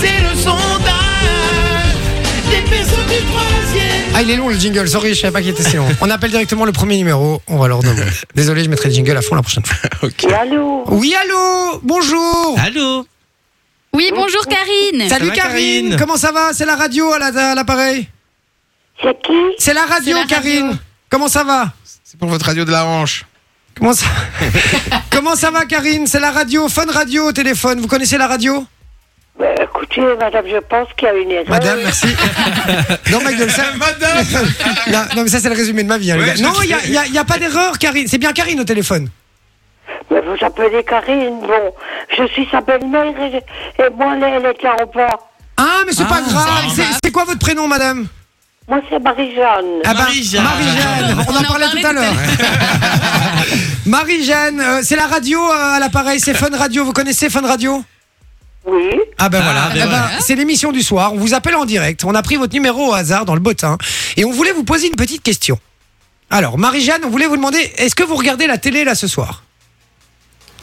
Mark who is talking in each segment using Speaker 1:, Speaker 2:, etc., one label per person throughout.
Speaker 1: c'est le sondage des personnes du troisième.
Speaker 2: Ah, il est long le jingle, sorry, je savais pas qu'il était si long. On appelle directement le premier numéro, on va leur demander. Désolé, je mettrai le jingle à fond la prochaine fois.
Speaker 3: Et allô
Speaker 2: Oui, allô Bonjour
Speaker 4: Allô
Speaker 5: Oui, bonjour Karine.
Speaker 2: Salut
Speaker 4: va,
Speaker 2: Karine.
Speaker 4: Karine
Speaker 2: Comment ça va C'est la radio à la- à l'appareil
Speaker 3: C'est qui
Speaker 2: C'est la radio,
Speaker 5: C'est la
Speaker 2: Karine
Speaker 5: radio.
Speaker 2: Comment ça va
Speaker 4: C'est pour votre radio de la hanche.
Speaker 2: Comment ça... Comment ça va Karine C'est la radio, Fun Radio au téléphone. Vous connaissez la radio
Speaker 3: Bah, Écoutez, madame, je pense qu'il y a une erreur.
Speaker 2: Madame, merci. non, ma gueule, ça...
Speaker 4: Madame
Speaker 2: Non, non, mais ça c'est le résumé de ma vie. hein, les
Speaker 4: Ouais,
Speaker 2: gars.
Speaker 4: je
Speaker 2: non,
Speaker 4: sais.
Speaker 2: il n'y a, y a- y a pas d'erreur Karine. C'est bien Karine au téléphone.
Speaker 3: Mais vous appelez Karine. Bon, je suis sa belle-mère et, et moi, elle, elle était en bas.
Speaker 2: Ah, mais c'est pas grave.
Speaker 5: c'est
Speaker 2: C'est- C'est quoi votre prénom, madame
Speaker 3: Moi, c'est Marie-Jeanne.
Speaker 2: Ah bah,
Speaker 4: Marie-Jeanne.
Speaker 2: Marie-Jeanne. On en parlait tout à l'heure. Marie-Jeanne, euh, c'est la radio euh, à l'appareil. C'est Fun Radio. Vous connaissez Fun Radio
Speaker 3: Oui.
Speaker 2: Ah ben
Speaker 4: Ah,
Speaker 2: voilà,
Speaker 4: ben
Speaker 2: Eh ben,
Speaker 4: voilà.
Speaker 2: c'est l'émission du soir, on vous appelle en direct, on a pris votre numéro au hasard dans le bottin et on voulait vous poser une petite question. Alors Marie-Jeanne, on voulait vous demander, est-ce que vous regardez la télé là ce soir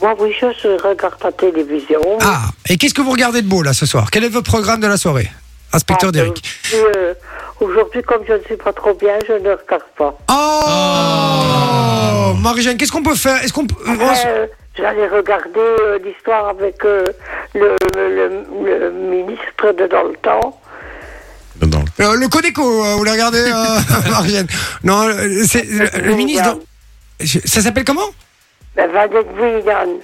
Speaker 3: Moi, oui, je suis- regarde la télévision.
Speaker 2: Ah, et qu'est-ce que vous regardez de beau là ce soir Quel est votre programme de la soirée Inspecteur
Speaker 3: Ah,
Speaker 2: Derrick.
Speaker 3: euh, euh, Aujourd'hui, comme je ne suis pas trop bien, je ne regarde pas.
Speaker 2: Oh, Marie-Jeanne, qu'est-ce qu'on peut faire Est-ce qu'on peut... on
Speaker 3: Après,
Speaker 2: s-
Speaker 3: euh, J'allais regarder euh, l'histoire avec euh, le, le- le- le ministre de dans le temps.
Speaker 2: Euh, le Codeco, euh, vous la regardez, euh, Marie-Jeanne Non, euh, c'est le, le ministre... de- Je- Ça s'appelle comment
Speaker 3: Ben, Vanette Willian.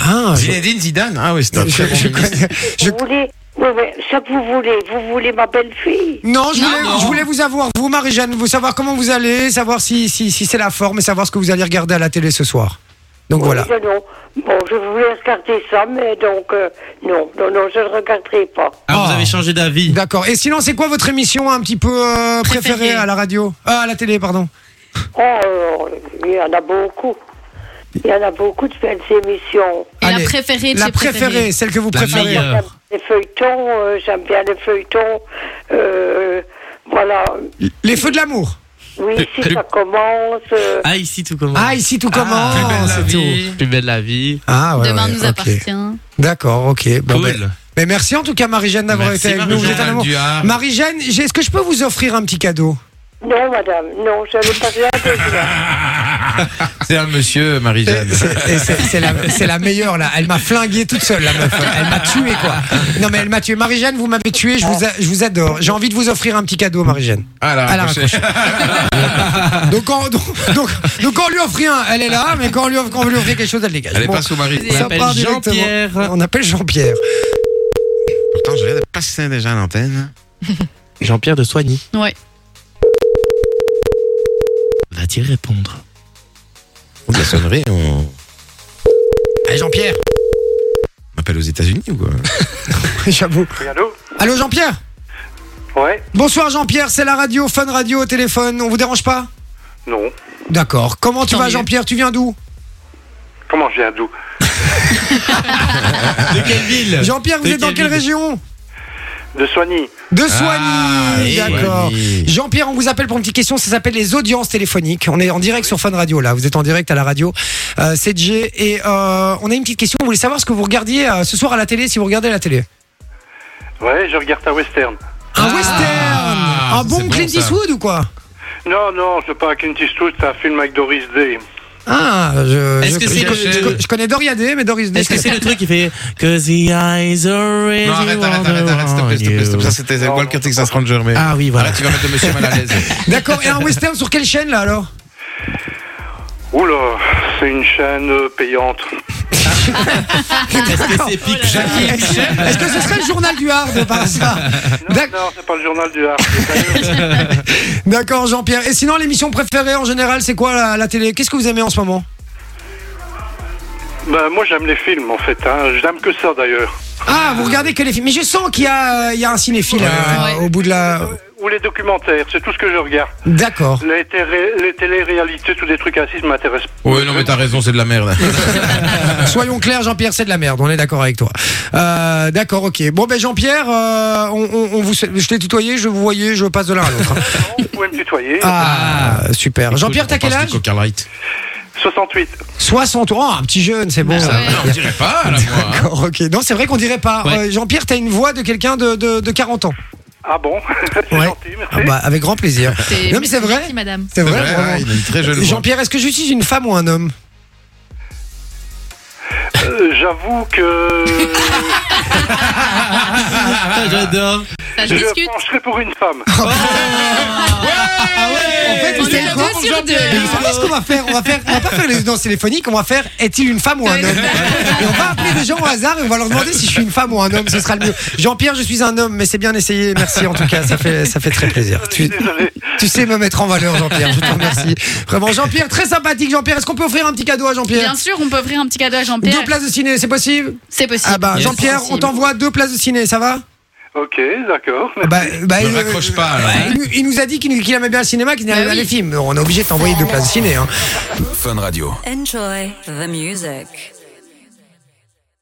Speaker 2: Ah, je,
Speaker 4: Zinedine Zidane Ah oui, c'est un
Speaker 2: je-
Speaker 4: très bon
Speaker 2: je
Speaker 4: ministre.
Speaker 2: connais- je-
Speaker 3: Vous voulez, oui, mais ça que vous voulez, vous voulez ma belle-fille
Speaker 2: Non, je
Speaker 5: Non,
Speaker 2: voulais,
Speaker 5: non.
Speaker 2: je voulais vous avoir, vous Marie-Jeanne, vous savoir comment vous allez, savoir si, si, si c'est la forme et savoir ce que vous allez regarder à la télé ce soir. Donc voilà.
Speaker 3: Oui, non. Bon, je voulais regarder ça, mais donc, euh, non, non, non, je ne regarderai pas.
Speaker 4: Ah,
Speaker 2: Oh.
Speaker 4: vous avez changé d'avis.
Speaker 2: D'accord. Et sinon, c'est quoi votre émission un petit peu euh, préférée,
Speaker 5: Préférée.
Speaker 2: à la radio Ah, À la télé, pardon.
Speaker 3: Oh,
Speaker 2: Ah.
Speaker 3: euh, il y en a beaucoup. Il y en a beaucoup de belles émissions.
Speaker 5: Et la
Speaker 2: Allez,
Speaker 5: préférée de
Speaker 2: La
Speaker 5: ses
Speaker 2: préférée,
Speaker 5: préférés.
Speaker 2: celle que vous
Speaker 4: La
Speaker 2: préférez.
Speaker 4: meilleure.
Speaker 3: J'aime Les feuilletons, euh, j'aime bien les feuilletons. euh, voilà,
Speaker 2: Les feux de l'amour. Euh,
Speaker 3: oui, si ça commence. euh,
Speaker 4: Ah, ici tout commence.
Speaker 2: Ah, ici tout commence. c'est tout.
Speaker 4: Plus belle la vie.
Speaker 2: Ah, ouais,
Speaker 5: Demain
Speaker 2: ouais,
Speaker 5: nous
Speaker 2: ok.
Speaker 5: appartient.
Speaker 2: D'accord, ok. Bon,
Speaker 4: Cool.
Speaker 2: ben- mais merci en tout cas, Marie-Jeanne, d'avoir
Speaker 4: Merci,
Speaker 2: été avec nous. Vous êtes un
Speaker 4: Marie-Jeanne
Speaker 2: amour.
Speaker 4: Duhard.
Speaker 2: Marie-Jeanne, j'ai- est-ce que je peux vous offrir un petit cadeau
Speaker 3: Non, madame, non, je n'ai pas regardé ça.
Speaker 4: C'est un monsieur, Marie-Jeanne.
Speaker 2: C'est- et C'est c'est la, c'est la meilleure là. Elle m'a flingué toute seule la meuf. Elle m'a tué quoi. Non mais elle m'a tué. Marie-Jeanne, vous m'avez tué. Je vous, a- je vous adore. J'ai envie de vous offrir un petit cadeau, Marie-Jeanne.
Speaker 4: Ah là,
Speaker 2: À la
Speaker 4: raccroché.
Speaker 2: Donc, quand- donc, donc, donc, quand on lui offre rien, elle est là. Mais quand on lui offre, quand on veut lui offrir quelque chose, elle dégage.
Speaker 4: Elle est
Speaker 2: Bon,
Speaker 4: pas sous Marie.
Speaker 2: ça
Speaker 4: On appelle
Speaker 2: part directement.
Speaker 4: Jean-Pierre.
Speaker 2: On appelle Jean-Pierre.
Speaker 6: Pourtant, je viens de passer déjà à l'antenne. hein.
Speaker 4: Jean-Pierre de Soigny.
Speaker 5: Ouais.
Speaker 4: Va-t-il répondre
Speaker 6: La sonnerie, on
Speaker 2: Allez Jean-Pierre.
Speaker 6: m'appelle aux États-Unis ou quoi
Speaker 2: J'avoue.
Speaker 7: Allô
Speaker 2: Allô Jean-Pierre.
Speaker 7: Ouais
Speaker 2: Bonsoir Jean-Pierre. C'est la radio, Fun Radio au téléphone. On vous dérange pas
Speaker 7: Non.
Speaker 2: D'accord. Comment tu
Speaker 5: Tant
Speaker 2: vas
Speaker 5: mieux.
Speaker 2: Jean-Pierre Tu viens d'où
Speaker 7: Comment je viens d'où
Speaker 4: De quelle ville
Speaker 2: Jean-Pierre, vous
Speaker 4: De
Speaker 2: êtes dans quelle
Speaker 4: ville
Speaker 2: région
Speaker 7: De Soigny.
Speaker 2: De
Speaker 4: Ah,
Speaker 2: Soigny,
Speaker 4: oui.
Speaker 2: d'accord.
Speaker 4: Soigny.
Speaker 2: Jean-Pierre, on vous appelle pour une petite question. Ça s'appelle les audiences téléphoniques. On est en direct sur Fun Radio là. Vous êtes en direct à la radio. Euh, c'est Jay et euh, on a une petite question. On voulait savoir ce que vous regardiez euh, ce soir à la télé, si vous regardez la télé.
Speaker 7: Ouais, je regarde un western.
Speaker 2: Un
Speaker 4: Ah,
Speaker 2: western, un
Speaker 4: c'est
Speaker 2: bon
Speaker 4: bon,
Speaker 2: Clint
Speaker 4: ça.
Speaker 2: Eastwood ou quoi
Speaker 7: Non, non, c'est pas Clint Eastwood, c'est un film avec Doris Day.
Speaker 2: Ah, je,
Speaker 4: Est-ce
Speaker 2: je,
Speaker 4: que
Speaker 2: je-
Speaker 4: c'est
Speaker 2: je-
Speaker 4: le-
Speaker 2: je- je connais Doria Day, mais Doris Day.
Speaker 4: Est-ce que
Speaker 2: je
Speaker 4: c'est
Speaker 2: connais
Speaker 4: le truc qui fait Cause the eyes are really
Speaker 6: Non, arrête, arrête, arrête, arrête, s'il te plaît, s'il te plaît, s'il te plaît. Ça, c'était
Speaker 7: Non.
Speaker 6: Walker Texas Ranger, mais.
Speaker 4: Ah oui, voilà.
Speaker 6: Arrête, tu vas mettre le monsieur mal à l'aise.
Speaker 2: pas. D'accord. Et un western sur quelle chaîne là alors
Speaker 7: Oula, c'est une chaîne euh, payante.
Speaker 4: Est-ce que c'est Pic Jackie et Michel
Speaker 2: Est-ce que ce serait le journal du Hard par ça
Speaker 7: Non,
Speaker 2: D'ac-
Speaker 7: non, c'est pas le journal du Hard. c'est pas eux.
Speaker 2: D'accord, Jean-Pierre. Et sinon, l'émission préférée en général, c'est quoi la, la télé Qu'est-ce que vous aimez en ce moment
Speaker 7: ben, moi, j'aime les films, en fait. Hein. J'aime que ça, d'ailleurs.
Speaker 2: Ah, vous regardez que les films. Mais je sens qu'il y a, euh, il y a un cinéphile euh, au bout de la.
Speaker 7: Ou les documentaires, c'est tout ce que je regarde.
Speaker 2: D'accord.
Speaker 7: Les, télé- les télé-réalités, tous des trucs ainsi, ça m'intéresse pas.
Speaker 6: Ouais, non, mais t'as raison, c'est de la merde.
Speaker 2: Soyons clairs, Jean-Pierre, c'est de la merde. On est d'accord avec toi. Euh, d'accord, ok. Bon, ben Jean-Pierre, euh, on, on- on vous, je t'ai tutoyé, je vous voyais, je passe de l'un à l'autre.
Speaker 7: Vous pouvez me tutoyer.
Speaker 4: Ah.
Speaker 2: Ah, super. Jean-Pierre, t'as quel âge
Speaker 6: Coca Light.
Speaker 7: 68.
Speaker 2: 60 ans, Ah, un petit jeune, c'est bon.
Speaker 5: ça va.
Speaker 4: Non, on dirait pas, là, moi. hein.
Speaker 2: D'accord, ok. Non, c'est vrai qu'on dirait pas.
Speaker 4: Ouais.
Speaker 2: Euh, Jean-Pierre, t'as une voix de quelqu'un de, de, de 40 ans.
Speaker 7: Ah bon C'est
Speaker 2: Ouais.
Speaker 7: gentil, merci.
Speaker 2: Ah bah, avec grand plaisir. Non, mais c'est vrai.
Speaker 5: gentil, madame.
Speaker 2: C'est
Speaker 6: C'est
Speaker 2: vrai,
Speaker 6: vrai,
Speaker 2: vraiment.
Speaker 6: hein, il a une très jeune voix.
Speaker 2: Jean-Pierre, est-ce que je suis une femme ou un homme
Speaker 7: Euh, J'avoue que
Speaker 4: Ah, j'adore.
Speaker 5: Ça se
Speaker 7: je
Speaker 5: discute.
Speaker 7: pencherai pour une femme.
Speaker 2: En fait, vous
Speaker 5: On est
Speaker 2: savez
Speaker 5: à
Speaker 2: quoi
Speaker 5: deux sur deux.
Speaker 2: Mais vous savez ce qu'on va faire On va faire, on va pas faire les audiences téléphoniques, on va faire est-il une femme ou un homme Et on va appeler des gens au hasard et on va leur demander si je suis une femme ou un homme, ce sera le mieux. Jean-Pierre, je suis un homme, mais c'est bien essayé, merci en tout cas, ça fait, ça fait très plaisir. Tu,
Speaker 7: Désolé.
Speaker 2: tu sais me mettre en valeur, Jean-Pierre, je te remercie. Vraiment, Jean-Pierre, très sympathique, Jean-Pierre. Est-ce qu'on peut offrir un petit cadeau à Jean-Pierre
Speaker 5: Bien sûr, on peut offrir un petit cadeau à Jean-Pierre.
Speaker 2: Deux places de ciné, c'est possible
Speaker 5: C'est possible.
Speaker 2: Ah bah,
Speaker 5: C'est
Speaker 2: Jean-Pierre, on
Speaker 5: possible.
Speaker 2: t'envoie deux places de ciné, ça va
Speaker 7: Ok, d'accord.
Speaker 2: bah, bah,
Speaker 4: Ne
Speaker 2: il-
Speaker 4: raccroche pas, alors.
Speaker 2: il, nous- il nous a dit qu'il qu'il aimait bien le cinéma, qu'il aimait
Speaker 5: Bah
Speaker 2: bien
Speaker 5: oui.
Speaker 2: les films. On est obligé de t'envoyer deux places de ciné. Hein.
Speaker 8: Enjoy the music.